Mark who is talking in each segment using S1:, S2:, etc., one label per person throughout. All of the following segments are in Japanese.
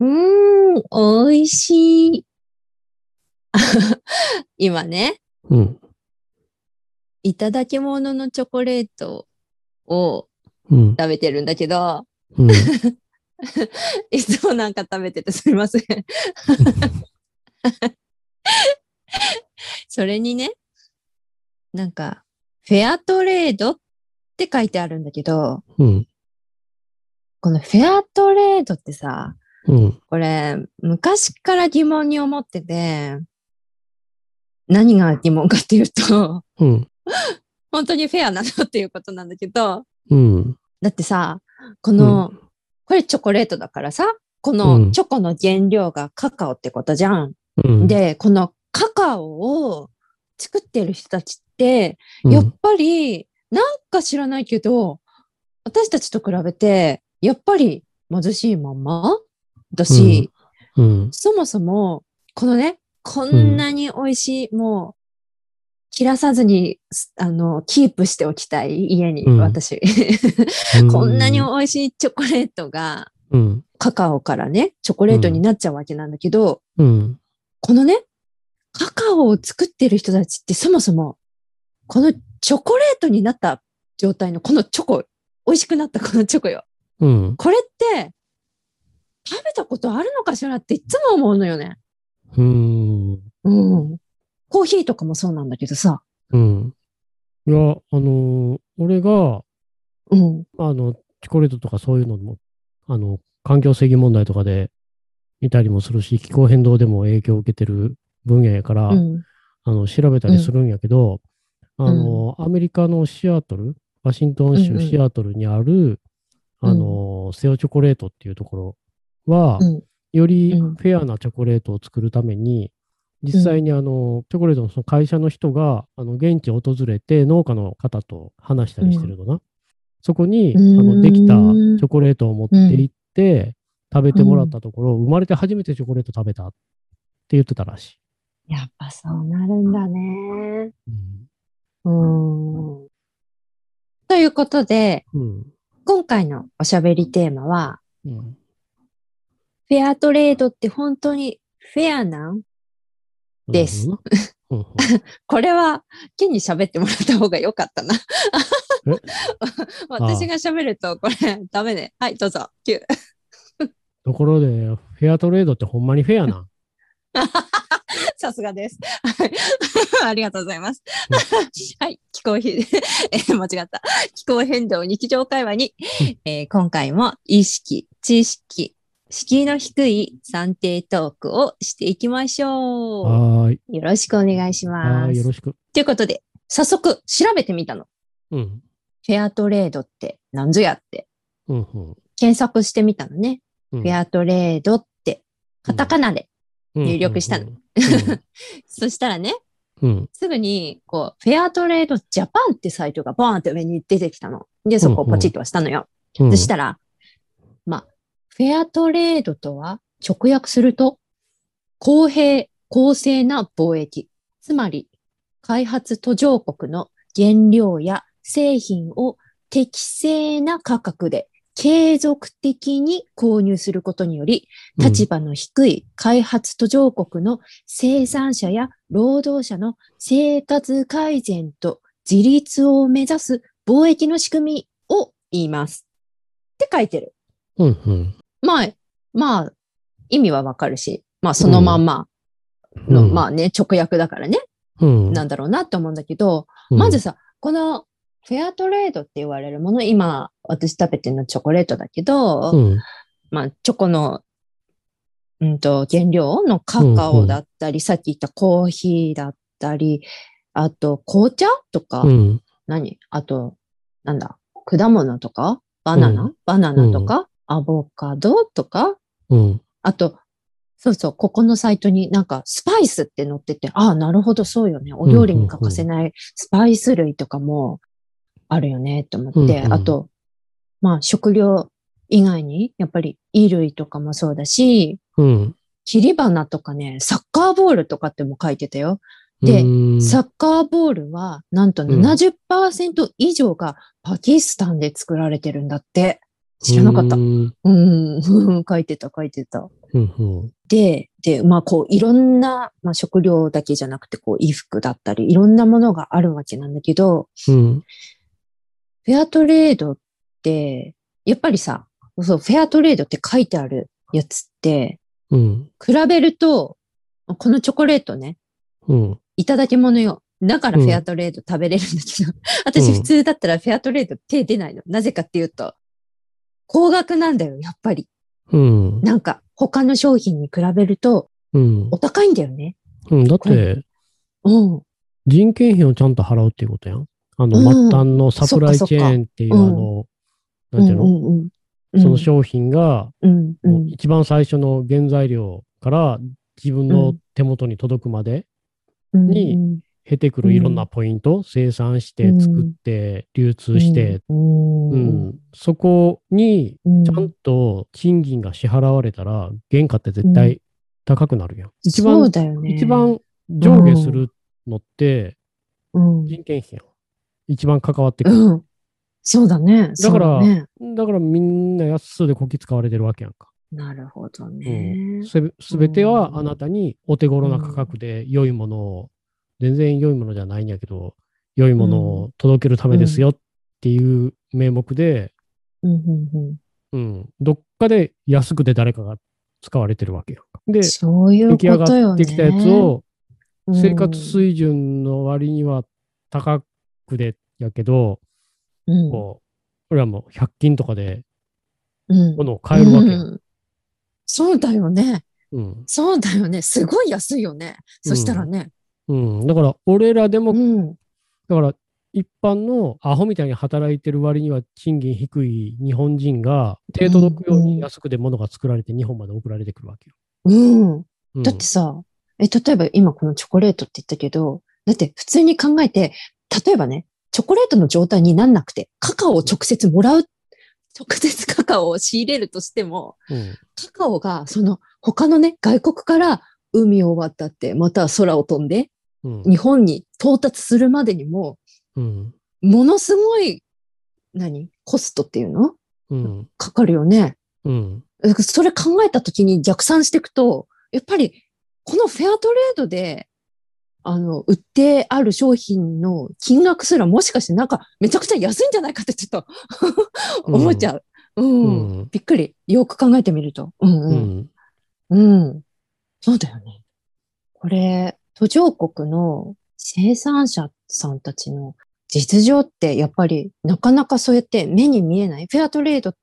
S1: うーん、美味しい。 今ね、
S2: うん。
S1: いただき物のチョコレートを
S2: うん。
S1: 食べてるんだけど、
S2: うん。
S1: いつもなんか食べててすいません。それにね、なんか、フェアトレードって書いてあるんだけど、
S2: うん。
S1: このフェアトレードってさ、
S2: うん。
S1: これ、昔から疑問に思ってて、何が疑問かっていうと、
S2: うん。
S1: 本当にフェアなのっていうことなんだけど、
S2: うん。
S1: だってさ、この、これチョコレートだからさ、こ
S2: う
S1: の
S2: ん
S1: チョコの原料がカカオってことじゃん。
S2: うん、
S1: で、このカカオを作ってる人たちって、
S2: うん、
S1: やっぱり、なんか知らないけど、私たちと比べて、やっぱり貧しいまんまだし、
S2: うん。
S1: そもそも、このね、こんなに美味しい、もう、切らさずに、すあの、キープしておきたい、家に、
S2: うん
S1: 私。こんなに美味しいチョコレートが、
S2: うん。
S1: カカオからね、チョコレートになっちゃうわけなんだけど、
S2: うん。
S1: このね、カカオを作ってる人たちってそもそも、このチョコレートになった状態のこのチョコ、美味しくなったこ のチョコよ。
S2: うん。
S1: これって、食べたことあるのかしらっていつも思うのよね。
S2: うん。
S1: うん。コーヒーとかもそうなんだけどさ。
S2: うん。いや、あのー俺が、
S1: うん。
S2: あの、チョコレートとかそういうのも、あの、環境正義問題とかで見たりもするし、気候変動でも影響を受けてる分野やから、
S1: うん。
S2: あの、調べたりするんやけど、あの、アメリカのシアトル、ワシントン
S1: うんう
S2: 州
S1: ん
S2: シアトルにある、あの、セオチョコレートっていうところは、
S1: うん
S2: より
S1: うん
S2: フェアなチョコレートを作るために、実際にあの、チョコレートのその会社の人が、あの、現地を訪れて農家の方と話したりしてるのな。そこに、あ
S1: うー
S2: の、
S1: ん
S2: できたチョコレートを持って行って、食べてもらったところ、生まれて初めてチョコレート食べたって言ってたらし
S1: やっぱそうなるんだね。
S2: い。
S1: うん。ということで、
S2: うん。
S1: 今回のおしゃべりテーマは、
S2: うん。
S1: フェアトレードって本当にフェアなんです
S2: なるほどな。
S1: これは、木に喋ってもらった方が良かったな。 私が喋ると、これ、ダメね。はい、どうぞ。キュー
S2: ところで、フェアトレードってほんまにフェアな。
S1: さすがです。はい。 ありがとうございます。はい。気候変、えー間違った。気候変動日常会話に
S2: うん、
S1: えー今回も意識、知識、敷居の低い算定トークをしていきましょう。
S2: はーい。
S1: よろしくお願いし
S2: は
S1: ま
S2: ーい。よ
S1: す
S2: ろ。しく。
S1: ということで、早速調べてみたの。
S2: うん。
S1: フェアトレードって何ぞやって
S2: うんうん。
S1: 検索してみたのね。
S2: うん
S1: フェアトレードってカタカナで。入力したの
S2: うん
S1: そしたらね、
S2: うんうん。
S1: すぐに、こう、フェアトレードジャパンってサイトがバーンって上に出てきたの。で、そこをポチッと押したのよ。
S2: うん
S1: そ したら、まあ、フェアトレードとは直訳すると、公平、公正な貿易。つまり、開発途上国の原料や製品を適正な価格で継続的に購入することにより、立場の低い開発途上国の生産者や労働者の生活改善と自立を目指す貿易の仕組みを言います。って書いてる。
S2: うんうん。
S1: まあ、まあ、意味はわかるし、まあそのまんまの、まあね、直訳だからね、
S2: あ、うん
S1: なんだろうなって思うんだけど、
S2: うん
S1: まず、さ、このフェアトレードって言われるもの、今私食べてるのチョコレートだけど、
S2: うん
S1: まあ、チョコの、うんと、原料のカカオだったり、さっき言ったコーヒーだったり、あと、紅茶とか、
S2: うん。
S1: 何あと、なんだ、果物とかバナナ、
S2: う
S1: バナナとか、アボカドとか、
S2: うん。
S1: あと、そうそう、ここのサイトになんかスパイスって載ってて、ああ、なるほど、そうよね。お料理に欠かせないスパイス類とかもあるよね、と思って。
S2: うんうん
S1: あと、まあ、食料以外に、やっぱり衣類とかもそうだし、
S2: うん。
S1: 切り花とかね、サッカーボールとかっても書いてたよ。で
S2: で
S1: サッカーボールは、なんと
S2: うん
S1: 70%以上がパキスタンで作られてるんだって。知らなかった
S2: う。ん
S1: うん、 書いてた、書いてた。
S2: うんうん
S1: で、で、まあこういろんな、まあ食料だけじゃなくてこう衣服だったりいろんなものがあるわけなんだけど、
S2: うん
S1: フェアトレードって、やっぱりさ、そう、フェアトレードって書いてあるやつって、
S2: うん
S1: 比べると、このチョコレートね、
S2: うん
S1: いただき物よ。だからフェアトレード食べれるんだけど、 私普通だったらフェアトレード手出ないの。なぜかっていうと、高額なんだよ、やっぱり。
S2: うん
S1: なんか、他の商品に比べると、
S2: うん
S1: お高いんだよね。
S2: うんだっ
S1: これ
S2: て
S1: うん。
S2: 人件費をちゃんと払うっていうことやん。あの、
S1: うん
S2: 末端のサプライチェーンっていう、
S1: そっ
S2: あ
S1: かそっか
S2: の、なんていうの、
S1: うんうんうん、
S2: その商品が、
S1: うんう
S2: もうん一番最初の原材料から自分の手元に届くまで、
S1: うん
S2: に
S1: うん
S2: 経てくるいろんなポイント、生産して、
S1: うん
S2: 作って、流通して、
S1: うん
S2: う
S1: うんん
S2: そこに
S1: うん
S2: ちゃんと賃金が支払われたら、原価って絶対高くなるやん。一
S1: そ
S2: 番
S1: う、だよね
S2: 一番上下するのって
S1: うん
S2: 人件費やん。一番関わってくる。
S1: うん。そうだね。
S2: だか
S1: そう
S2: ら
S1: ね、
S2: だからみんな安数でこき使われてるわけやんか。
S1: なるほど
S2: う
S1: ね。
S2: ん、すべすべて
S1: う
S2: は
S1: ん
S2: あなたにお手頃な価格で良いものを、全然良いものじゃないんやけど、良いものを届けるためですよっていう名目で、
S1: うんうん
S2: うん、どっかで安くて誰かが使われてるわけやんか。で
S1: うん、、そういう
S2: 出来上
S1: こと
S2: が
S1: よ
S2: って
S1: ね。
S2: きたやつを、
S1: うん、
S2: 生活水準の割には高くでやけど、
S1: うん
S2: こう、俺はもう100均とかで
S1: うん
S2: 物を買えるわけやん。
S1: うんそうだよね。
S2: うん
S1: そうだよね。すごい安いよね。そしたらね。
S2: うん、だから、俺らでも
S1: うん。
S2: だから一般のアホみたいに働いてる割には賃金低い日本人が手届くよ
S1: う
S2: う
S1: ん
S2: に安くで物が作られて日本まで送られてくるわけよ。
S1: うん。
S2: うん
S1: だってさ、え、例えば今このチョコレートって言ったけど、だって普通に考えて、例えばね、チョコレートの状態になんなくて、カカオを直接もらう、直接カカオを仕入れるとしても、
S2: うん
S1: カカオがその他のね、外国から海を渡って、または空を飛んで、
S2: うん
S1: 日本に到達するまでにも、
S2: うん
S1: ものすごい、何コストっていうの
S2: うん
S1: かかるよね。
S2: うん
S1: だからそれ考えたときに逆算していくと、やっぱりこのフェアトレードで、あの、売ってある商品の金額すらもしかしてなんかめちゃくちゃ安いんじゃないかってちょっと
S2: うん
S1: 思っちゃう。うん。
S2: うん
S1: びっくり。よく考えてみると。うん
S2: う
S1: うん。
S2: ん
S1: うん。そうだよね。これ、途上国の生産者さんたちの実情ってやっぱりなかなかそうやって目に見えない。フェアトレードっ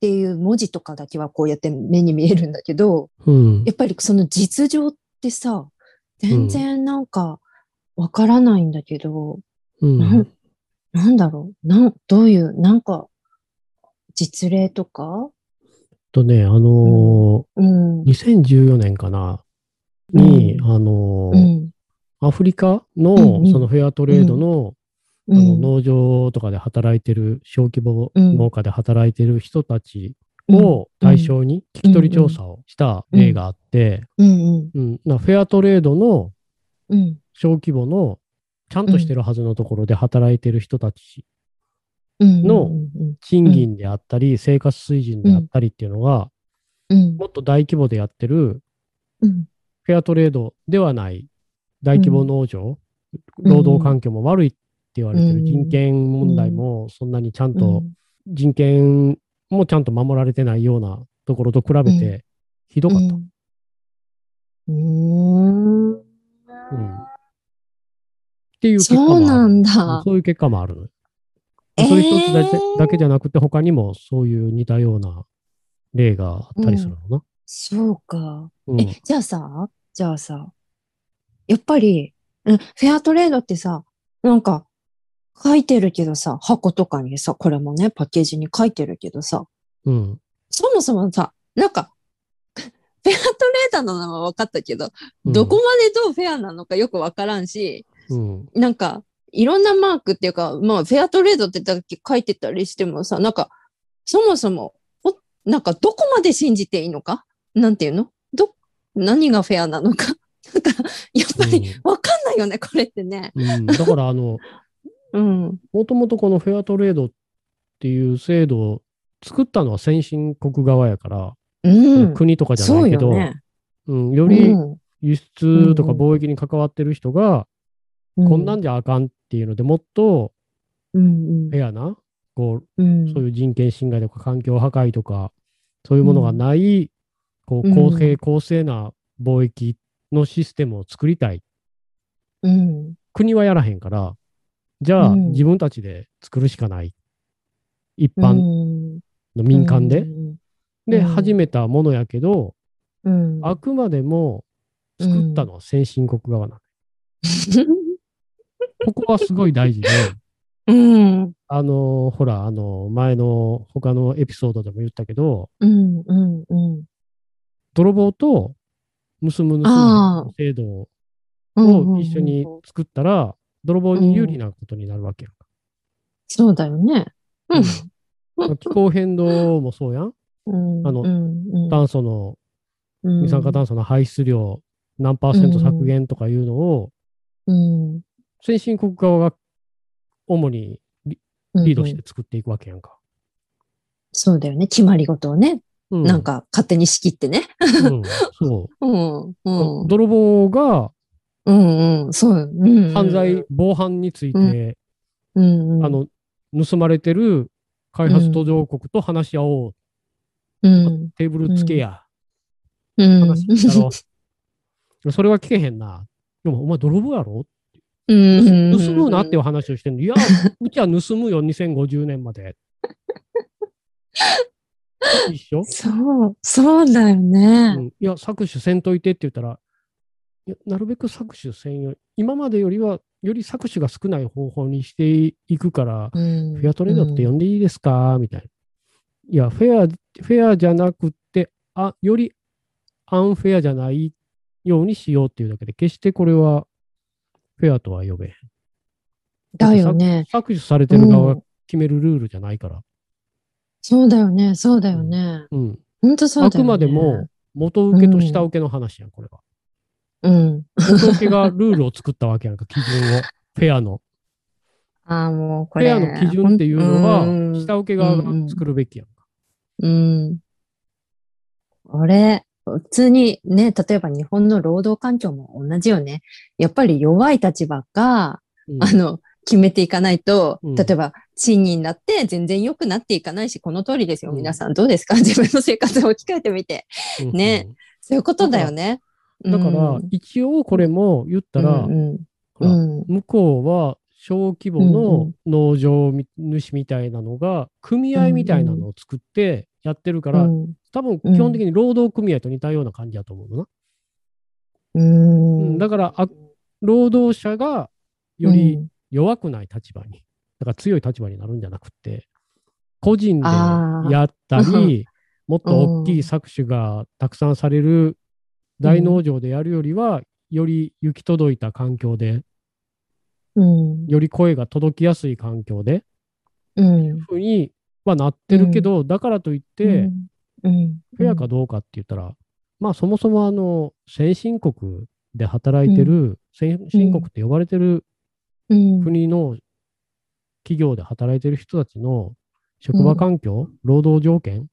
S1: ていう文字とかだけはこうやって目に見えるんだけど、
S2: うん
S1: やっぱりその実情ってさ、全然なんかわからないんだけど、
S2: うん
S1: なんだろうなん、どういう、なんか、実例とか
S2: とね、あの
S1: うん。
S2: ー、2014年かなに、あの
S1: う
S2: ー、
S1: ん。
S2: アフリカ
S1: うんう
S2: の
S1: ん
S2: そのフェアトレードのあ
S1: う
S2: の
S1: ん。
S2: 農場とかで働いてる、小規模
S1: うん
S2: 農家で働いてる人たちを対象に聞き取り調査をした例があって、
S1: うん。
S2: うん、なフェアトレードの
S1: うん。
S2: 小規模のちゃんとしてるはずのところで働いてる人たち、
S1: うん。
S2: の
S1: うん
S2: 賃金であったり、生活水準であったりっていうのが、
S1: うん。
S2: もっと大規模でやってる
S1: うん。
S2: フェアトレードではない大規模農場、
S1: うん
S2: 労働環境も悪いって言われて
S1: う
S2: る
S1: ん
S2: 人権問題もそんなにちゃんと人権もちゃんと守られてないようなところと比べてひどかった。
S1: うん。うーん
S2: うんっていう結果もあ
S1: そう
S2: る
S1: なんだ。
S2: そういう結果もあるのよ。
S1: えー
S2: そういう一つだけだけじゃなくて、他にもそういう似たような例があったりするのな。
S1: そうか。
S2: うん
S1: え、じゃあさ、じゃあさ、やっぱり、うん、フェアトレードってさ、なんか、書いてるけどさ、箱とかにさ、これもね、パッケージに書いてるけどさ、
S2: うん。
S1: そもそもさ、なんか、フェアトレーダーの名前分かったけど、
S2: うん
S1: どこまでどうフェアなのかよく分からんし、
S2: うん。
S1: なんか、いろんなマークっていうか、まあ、フェアトレードってだけ書いてたりしてもさ、なんか、そもそも、おなんか、どこまで信じていいのかなんていうのど、何がフェアなのか なんか、やっぱり、わかんないよね、これってね。
S2: う んうんだから、あの、
S1: うん。
S2: もともとこのフェアトレードっていう制度作ったのは先進国側やから、
S1: うん。
S2: 国とかじゃ
S1: そ
S2: な
S1: う
S2: いけ
S1: よ
S2: ど、
S1: ね。
S2: うん、よ
S1: う
S2: り
S1: ん
S2: 輸出とか貿易に関わってる人が、こんなんじゃあかんっていうのでもっと
S1: うん
S2: フェアな、こ
S1: うんうん
S2: う、そういう人権侵害とか環境破壊とか、そういうものがない、こ
S1: う
S2: う、
S1: ん
S2: 公平公正な貿易のシステムを作りたい。
S1: うん
S2: 国はやらへんから、じゃあ
S1: うん
S2: 自分たちで作るしかない。一
S1: う
S2: 般
S1: ん
S2: の民間で。
S1: うん
S2: で、
S1: うん
S2: 始めたものやけど、
S1: うん
S2: あくまでも作ったのは先進国側なの。ここはすごい大事で、
S1: うん
S2: あのーほら、あのー前の他のエピソードでも言ったけど、
S1: うんうんうん
S2: 泥棒と盗む盗む
S1: あー
S2: 制度
S1: うん
S2: を一緒に作ったら、泥棒に有利なことになるわけやんか。
S1: そうだよね。うん
S2: まあ気候変動もそうやん。
S1: うん
S2: あの
S1: うん
S2: 炭素の、
S1: うん
S2: 二酸化炭素の排出量何パーセント削減とかいうのを、
S1: うん
S2: 先進国側が主に
S1: うん
S2: リードして作っていくわけやんか。
S1: そうだよね。決まり事をね。
S2: うん
S1: なん、か勝手に仕切ってね。
S2: うんそう
S1: うん。うん。
S2: 泥棒が
S1: うんうん。そう。うん
S2: 犯罪、防犯について、
S1: うんうん。
S2: あ、の、盗まれてる開発途上国と話し合おう。
S1: うん。
S2: テーブルつけや。
S1: うん。
S2: 話したろ。 それは聞けへんな。でも、お前泥棒やろ
S1: うんうん
S2: 盗
S1: うん
S2: むなっていう話をして んの。いや、うちは盗むよ、2050年まで。一緒、
S1: そう、そうだよね
S2: う。ん、いや、搾取せんといてって言ったら、いやなるべく搾取せんよ。今までよりは、より搾取が少ない方法にしていくから、
S1: うん
S2: フェアトレードって呼んでいいですか、みたいな。いや、フェア、フェアじゃなくて、あ、よりアンフェアじゃないようにしようっていうだけで、決してこれはフェアとは呼べへん。
S1: だよね。
S2: 搾取されてる側
S1: う
S2: が決めるルールじゃないから。
S1: そうだよね、そうだよね。
S2: うん。
S1: 本当そう
S2: あ
S1: だよね。
S2: くまでも、元請けと下請けの話やん、これは。
S1: うん。
S2: 元請けがルールを作ったわけやんか、基準を。フェアの。
S1: ああ、もうこ
S2: フェ
S1: れ。
S2: アの基準っていうのは
S1: うん、
S2: 下請け側が作るべきやんか。
S1: うん。これ、普通にね、例えば日本の労働環境も同じよね。やっぱり弱い立場が、
S2: うん
S1: あの、決めていかないと、
S2: うん
S1: 例えば賃金だって全然良くなっていかないし、この通りですよ。
S2: うん
S1: 皆さんどうですか 自分の生活を置き換えてみて。
S2: うん
S1: ねそういうことだよね。
S2: だか
S1: う
S2: ら
S1: ん、
S2: 一応これも言ったら
S1: う、んう
S2: ほら
S1: ん
S2: 向こうは小規
S1: うんう
S2: 模の農場み主みたいなのが、組合みたいなのを作ってやってるか
S1: う
S2: ら、
S1: ん
S2: 多分基本的に労働組合と似たような感じだと思うのな。
S1: うん
S2: うんだからあ労働者がより弱くない立場に、だから強い立場になるんじゃなくて、個人で
S1: あー
S2: やった り、もっと大きい搾取がたくさんされる大農場でやるよりは、より行き届いた環境で、
S1: うん、
S2: より声が届きやすい環境で、
S1: うん、
S2: ふうにはなってるけど、だからといって、
S1: うん、うん、
S2: フェアかどうかって言ったら、まあそもそもあの先進国で働いてる、先進国って呼ばれてる
S1: うん、
S2: 国の企業で働いてる人たちの職場環境、労働条件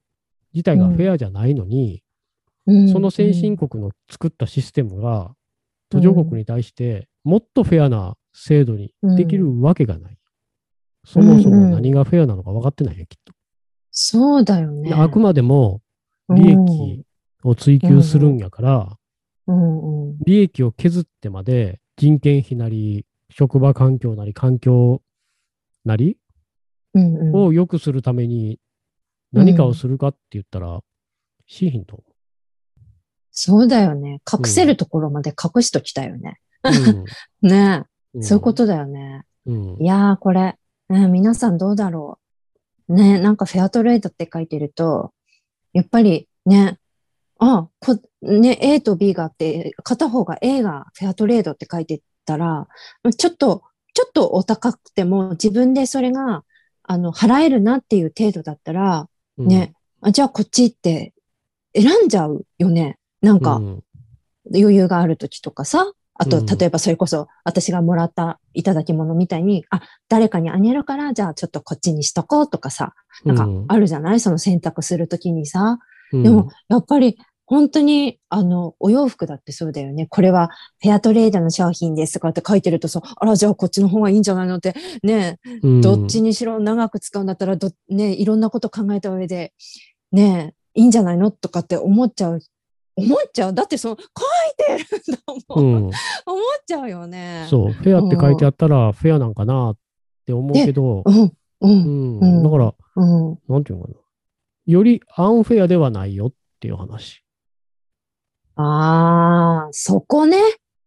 S2: 自体がフェアじゃないのに、
S1: うん
S2: その先進国の作ったシステムが途上国に対してもっとフェアな制度にできるわけがない。そもそも何がフェアなのか分かってないよ、きっと。
S1: そうだよね。
S2: であくまでも利益を追求するんやから、
S1: うん、うん、
S2: 利益を削ってまで人件費なり、職場環境なり、環境なり
S1: うん、うん、
S2: を良くするために何かをするかって言ったら、しひんと。
S1: そうだよね。隠せるところまで隠しときたよね。ねえ、
S2: う ん
S1: そういうこ。とだよね。
S2: うん
S1: いやー、これ、ね、皆さんどうだろう。ね、なんかフェアトレードって書いてると、やっぱりね、あ、こね、A と B があって、片方が A がフェアトレードって書いてたら、ちょっと、ちょっとお高くても自分でそれが、あの、払えるなっていう程度だったら、ね、あじゃあこっちって選んじゃうよね。なん
S2: うん、
S1: か
S2: うん
S1: 余裕がある時とかさ、あと、
S2: うん
S1: 例えばそれこそ私がもらった頂き物みたいに、あ、誰かにあげるから、じゃあちょっとこっちにしとこうとかさ、なんか
S2: うん
S1: あるじゃない、その選択するときにさ。
S2: うん
S1: でも、やっぱり本当に、あの、お洋服だってそうだよね。これはフェアトレードの商品ですとかって書いてるとさ、あら、じゃあこっちの方がいいんじゃないのって、ねえ、
S2: うん
S1: どっちにしろ長く使うんだったらど、ねえ、いろんなこと考えた上で、ねえ、いいんじゃないのとかって思っちゃう。思っちゃうだってその書いてるんだもん。
S2: うん、
S1: 思っちゃうよね。
S2: そう、フェアって書いてあったら、フェアなんかなって思うけど、
S1: うん、う、
S2: うんん、
S1: うん
S2: だから、
S1: うん。
S2: なんていうのかな。よりアンフェアではないよっていう話。
S1: ああ、そこね。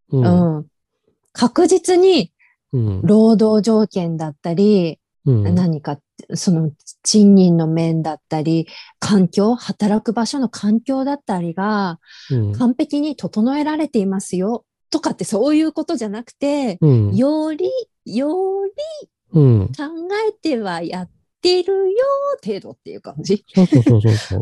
S2: う。
S1: うんん。確実に
S2: うん。
S1: 労働条件だったり、
S2: うん。
S1: 何か、その賃金の面だったり、環境、働く場所の環境だったりが
S2: うん
S1: 完璧に整えられていますよ。とかってそういうことじゃなくて、
S2: うん。
S1: より、より
S2: うん。
S1: 考えてはやってるよ、程度っていう感じ。
S2: そうそうそうそ うそう。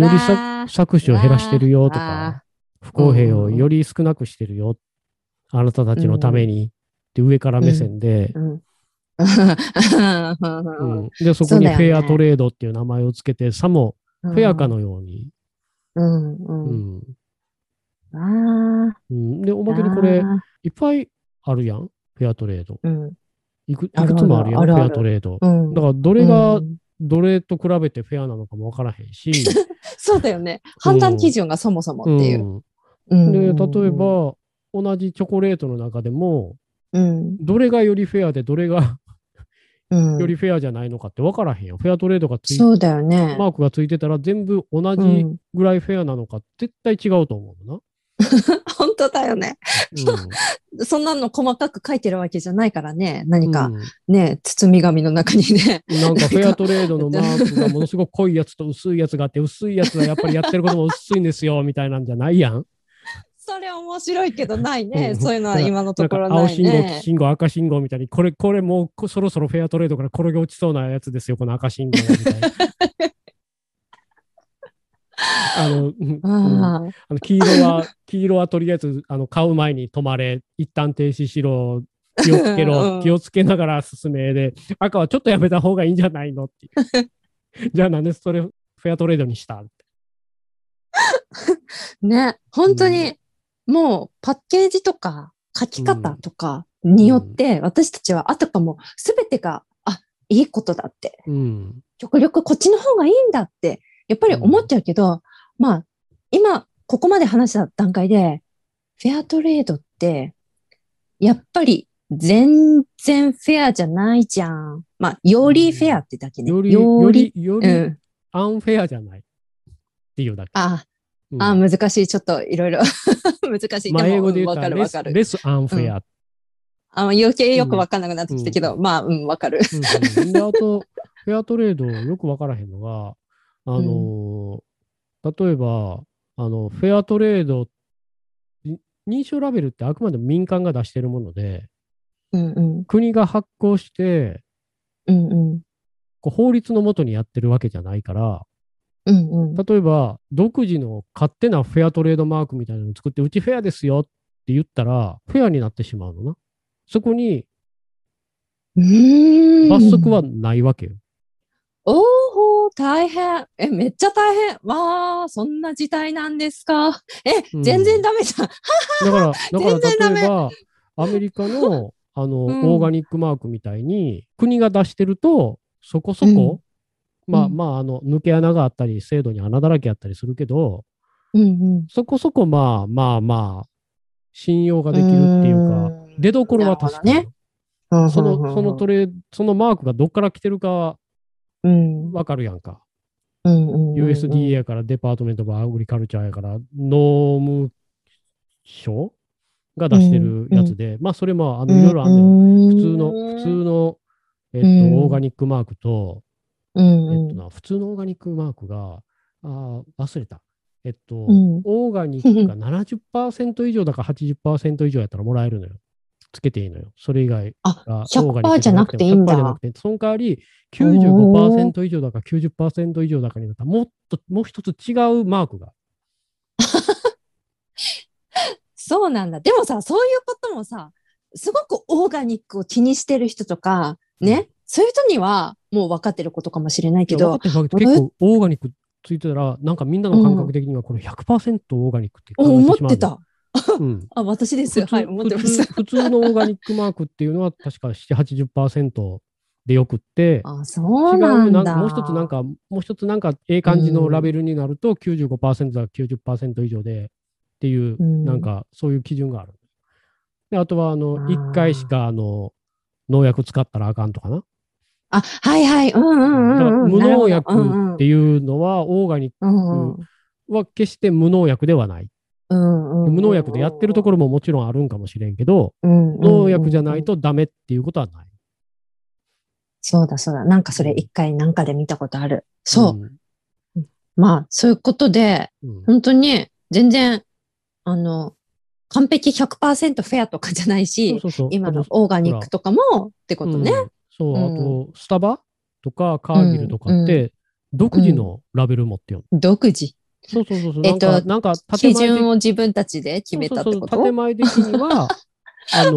S2: よりさ
S1: わー
S2: 搾取を減らしてるよとか、不公平
S1: う
S2: を
S1: ん
S2: より少なくしてるよ。あなたたちのために。って上から目線で、
S1: うん。
S2: うんで、そこに
S1: そうだよ
S2: フ
S1: ね
S2: ェアトレードっていう名前をつけて、さもフェアかのように。
S1: うん
S2: う
S1: うん。
S2: ん。
S1: あ
S2: うんで、お
S1: あ。
S2: まけにこれ
S1: あ、ー
S2: いっぱいあるやん。フェアトレード。
S1: うん。
S2: いくいく
S1: あるある
S2: つもあるやん。
S1: あ
S2: フ
S1: るあ
S2: ェ
S1: る
S2: アトレード。
S1: うん
S2: だから、どれが
S1: うん
S2: どれと比べてフェアなのかもわからへんし。
S1: そうだよね。判断基準がそもそもっていう。
S2: うん
S1: うん
S2: で、例え、ば、同じチョコレートの中でも、
S1: うん。
S2: どれがよりフェアで、どれが
S1: うん
S2: よりフェアじゃないのかってわからへんよ。フェアトレードがつい
S1: そうだよね。
S2: マークがついてたら、全部同
S1: う
S2: じ
S1: ん
S2: ぐらいフェアなのか、絶対違うと思うのな。
S1: 本当だよね。
S2: うん
S1: そんなの細かく書いてるわけじゃないからね。何
S2: う
S1: か
S2: ん
S1: ね、包み紙の中にね。
S2: なんかフェアトレードのマークがものすごく濃いやつと薄いやつがあって、薄いやつはやっぱりやってることも薄いんですよ、みたいなんじゃないやん。
S1: それ面白いけどない
S2: うん
S1: ね。 そういうのは今の
S2: な
S1: と
S2: ん
S1: こ
S2: か
S1: ろ
S2: 青
S1: ない
S2: 信号、黄
S1: ね。
S2: 信号、赤信号みたいに、これ、これもうこそろそろフェアトレードから転げ落ちそうなやつですよ、この赤信号みた いな。あの、うんうんあ
S1: あー
S2: の黄色は、黄色はとりあえず、あの、買う前に止まれ、一旦停止しろ、気をつけ
S1: う
S2: ろ、
S1: ん
S2: 気をつけながら進めで、赤はちょっとやめた方がいいんじゃないのっていう。 じゃあなんでそれ、フェアトレードにしたって
S1: ね、本当に、もうパッケージとか書き方とかによって、私たちはあたかも全てが、あ、いいことだって、
S2: うん。
S1: 極力こっちの方がいいんだって、やっぱり思っちゃうけど、まあ、今、ここまで話した段階で、フェアトレードって、やっぱり全然フェアじゃないじゃん。まあ、よりフェアってだけね。
S2: より、より、、よ
S1: う
S2: り
S1: ん。
S2: アンフェアじゃない。っていうだけ。
S1: あ、
S2: うん
S1: あ、難しい。ちょっといろい ろ難しい。
S2: まあ、英語で言っ
S1: わ
S2: た
S1: からる
S2: レ
S1: わ
S2: ス
S1: かる。
S2: レスアンフェア。
S1: あ余計よくわかんなくなってきたけど、まあ、うん、わかる。
S2: うんうんで、あと、フェアトレ ードよくわからへんのが、あのー例えば、あの、フェアトレード、に認証ラベルってあくまでも民間が出してるもので、
S1: うんうん。
S2: 国が発行して、
S1: うんうん。
S2: こう法律のもとにやってるわけじゃないから、
S1: うんうん。
S2: 例えば、独自の勝手なフェアトレードマークみたいなのを作って、うちフェアですよって言ったら、フェアになってしまうのな。そこに
S1: うーん
S2: 罰則はないわけよ。
S1: おお大変。え、めっちゃ大変。わあ、そんな事態なんですか。え、
S2: うん
S1: 全然ダメじゃん。
S2: だから、だ
S1: 全然
S2: か
S1: ダ
S2: ら
S1: メ
S2: 例えば、アメリ カの、あの、
S1: うん
S2: オーガニックマークみたいに、国が出してると、そこそこ、まあ
S1: うん
S2: まあ、あの、抜け穴があったり、制度に穴だらけあったりするけど、
S1: うんうん。
S2: そこそこ、まあまあまあ、信用ができるっていうか、
S1: ーん
S2: 出どころは確かに。
S1: なるほどね。
S2: そ
S1: うんうん
S2: の、そのトレ、そのマークがどっから来てるか
S1: うんうん
S2: わかるやんか。
S1: うんうんうん。
S2: USDA やから、デパートメント・バーグリカルチャーやから、農務省が出してるやつで、まあ、それも、あの、いろいろあるのよ。普通の、普通の、えっと、
S1: うん
S2: オーガニックマークと、えっ
S1: の
S2: とな、普通のオーガニックマークが、あー忘れた。えっと、
S1: うん
S2: オーガニックが70%以上だか80%以上やったらもらえるのよ。つけていいのよ。それ以外
S1: あ
S2: が
S1: 100%
S2: オーガニックも
S1: じゃなくていいんだ
S2: 100%じゃなくて、その代わり95%以上だか90%以上だかになったら、もっと、もう一つ違うマークが。
S1: そうなんだ。でもさ、そういうこともさ、すごくオーガニックを気にしてる人とか、ね、そういう人にはもう分かってることかもしれないけ
S2: 分か
S1: ど
S2: っ、てるわけで結構オーガニックついてたら、なんかみんなの感覚的にはこれ100%オーガニックって考えてしまう
S1: 思
S2: の。
S1: ってた。
S2: うん。
S1: あ、私です。
S2: 普通
S1: はい、思ってま
S2: 普
S1: し
S2: 通普通のオーガニックマークっていうのは確か7、80%でよくって
S1: た。、あ、そう
S2: 違う
S1: なん
S2: なん
S1: だ。
S2: かもう一つなんか、もう一つなんか、ええ感じのラベルになると95%だ、90%以上でっていう、
S1: うん
S2: なんかそういう基準がある。であとは、あ
S1: あ
S2: の、
S1: ー
S2: 1回しか、あの、農薬使ったらあかんとかな。
S1: あ、はいはい。うんうんう
S2: だから
S1: んうん。
S2: 無農
S1: なる
S2: 薬っていうのは、オーガニッ
S1: ほどうんうん
S2: クは決して無農薬ではない。
S1: うんうん
S2: 無農薬でやってるところももちろんあるんかもしれんけど、農薬じゃない。
S1: うんうんうん
S2: とダメっていうことはない。
S1: そうだそうだ。なんかそれ一回なんかで見たことある。そう。
S2: うん。
S1: まあ、そういうことで、
S2: うん
S1: 本当に全然、あの、完璧100%フェアとかじゃないし、
S2: そうそうそう
S1: 今
S2: あ
S1: の
S2: と
S1: オーガニックとかもってことね。
S2: うんそう、
S1: うん
S2: あと、スタバとかカーギルとかって、独自のラベル持ってよ、
S1: 独自。
S2: そうそうそうそう。
S1: え
S2: なん
S1: っと
S2: か、なんか建
S1: 基
S2: 前的
S1: 準を自分たちで決めたって
S2: そう
S1: こ
S2: そうそう建
S1: と
S2: 前的に は、あの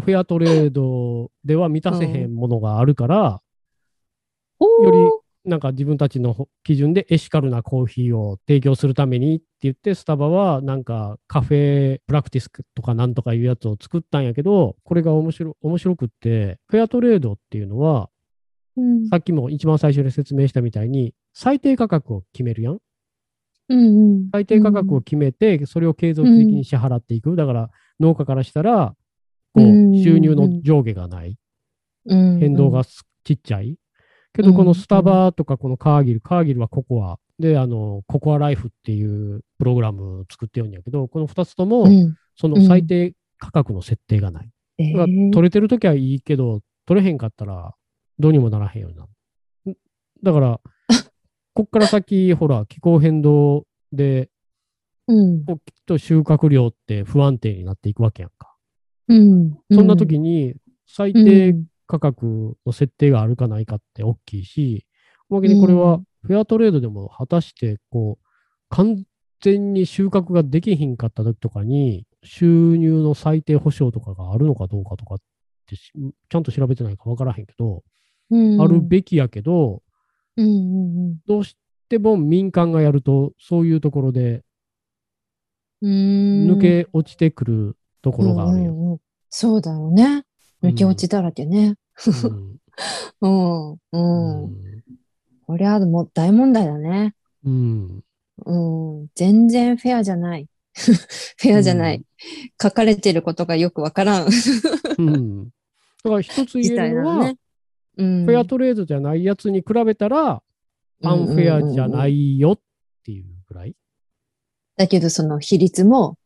S2: ーフェアトレードでは満たせへんものがあるから、
S1: おー
S2: よりなんか自分たちのほ基準でエシカルなコーヒーを提供するためにって言って、スタバはなんかカフェプラクティスとかなんとかいうやつを作ったんやけど、これが面白面白くって、フェアトレードっていうのは、
S1: うん
S2: さっきも一番最初に説明したみたいに、最低価格を決めるやん。
S1: うんうん
S2: 最低価格を決めて、それを継続的に支払っていく。だから、農家からしたら、こ
S1: うん
S2: う、収入の上下がない。
S1: うん
S2: 変動がすちっちゃい。けど、このスタバとか、このカーギル、カーギルはココア。で、あの、ココアライフっていうプログラムを作ってるんやけど、この2つと
S1: う
S2: も、
S1: ん
S2: その最低価格の設定がない。
S1: え
S2: だから
S1: ー
S2: 取れてるときはいいけど、取れへんかったらどうにもならへんようになる。ん だから、こっから先、ほら、気候変動で、
S1: うん
S2: こうきっと収穫量って不安定になっていくわけやんか。
S1: うん
S2: そんな時に、最
S1: うん
S2: 低価格の設定があるかないかって大きいし、おまけにこれ
S1: う
S2: は、フェアトレードでも果たして、こう、完全に収穫ができひんかった時とかに、収入の最低保障とかがあるのかどうかとかってし、ちゃんと調べてないかわからへんけど、
S1: うん
S2: あるべきやけど、
S1: うんうん
S2: どうしても民間がやると、そういうところで
S1: うん
S2: 抜け落ちてくるところがある
S1: う
S2: よ。
S1: んうんうんそうだよね。抜け落ちだらけね。
S2: うん
S1: うん。うん。これはもう大問題だね。
S2: うん。
S1: うん。全然フェアじゃない。 フェアじゃない。書かれてることがよくわからん。
S2: うん。だから一つ
S1: み
S2: 言え
S1: たい
S2: るの
S1: な
S2: は、
S1: ね。うん。。
S2: フェアトレードじゃないやつに比べたら、アンフェアじゃないいよっていうぐらい。
S1: だけどその比率も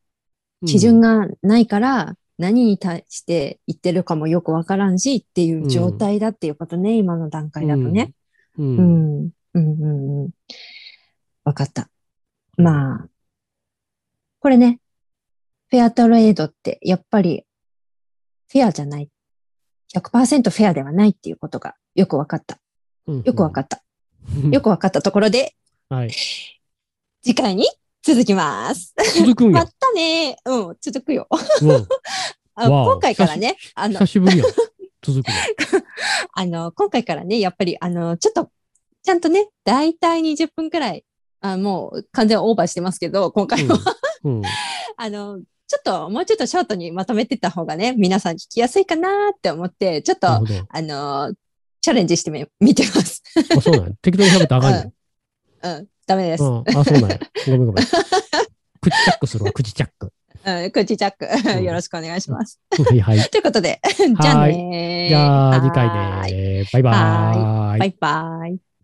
S1: 基準がないから何に対して言ってるかもよくわからんしっていう状態だっていうことね、今の段階だとね。
S2: うん。
S1: う
S2: うん
S1: ん。うんうんうん。わかった。まあ、これね、フェアトレードってやっぱりフェアじゃない。100%フェアではないっていうことがよくわかった。
S2: うん
S1: よくわかった。
S2: うん
S1: よくわかったところで、
S2: はい。
S1: 次回に続きます。
S2: 続くん
S1: ま
S2: や。
S1: たねうん、続くよ。
S2: うん
S1: あ
S2: わお
S1: 今回からね、あの
S2: 久、しぶりや。続くんや。
S1: あの、今回からね、やっぱり、あの、ちょっと、ちゃんとね、だいたい20分くらい、あもう完全オーバーしてますけど、今回は、
S2: うん。うん
S1: あの、ちょっと、もうちょっとショートにまとめてった方がね、皆さん聞きやすいかなって思って、ちょっと、
S2: な
S1: あ
S2: るほど。
S1: の、チャレンジしてみ、見てます。
S2: あ、そうなんや。適当に喋ったらあかんね
S1: うん、ダメです。うん、
S2: ん。あ、そうなんや。ごめんご めん。口チャックするわ、口チャック。
S1: 口チャッ
S2: う
S1: ク、
S2: ん
S1: よろしくお願いします。
S2: はいはい。
S1: ということ で、じゃあねー
S2: じゃあ、次回
S1: はーい
S2: ね。バイバ
S1: は
S2: ーイ
S1: バ。イバイ。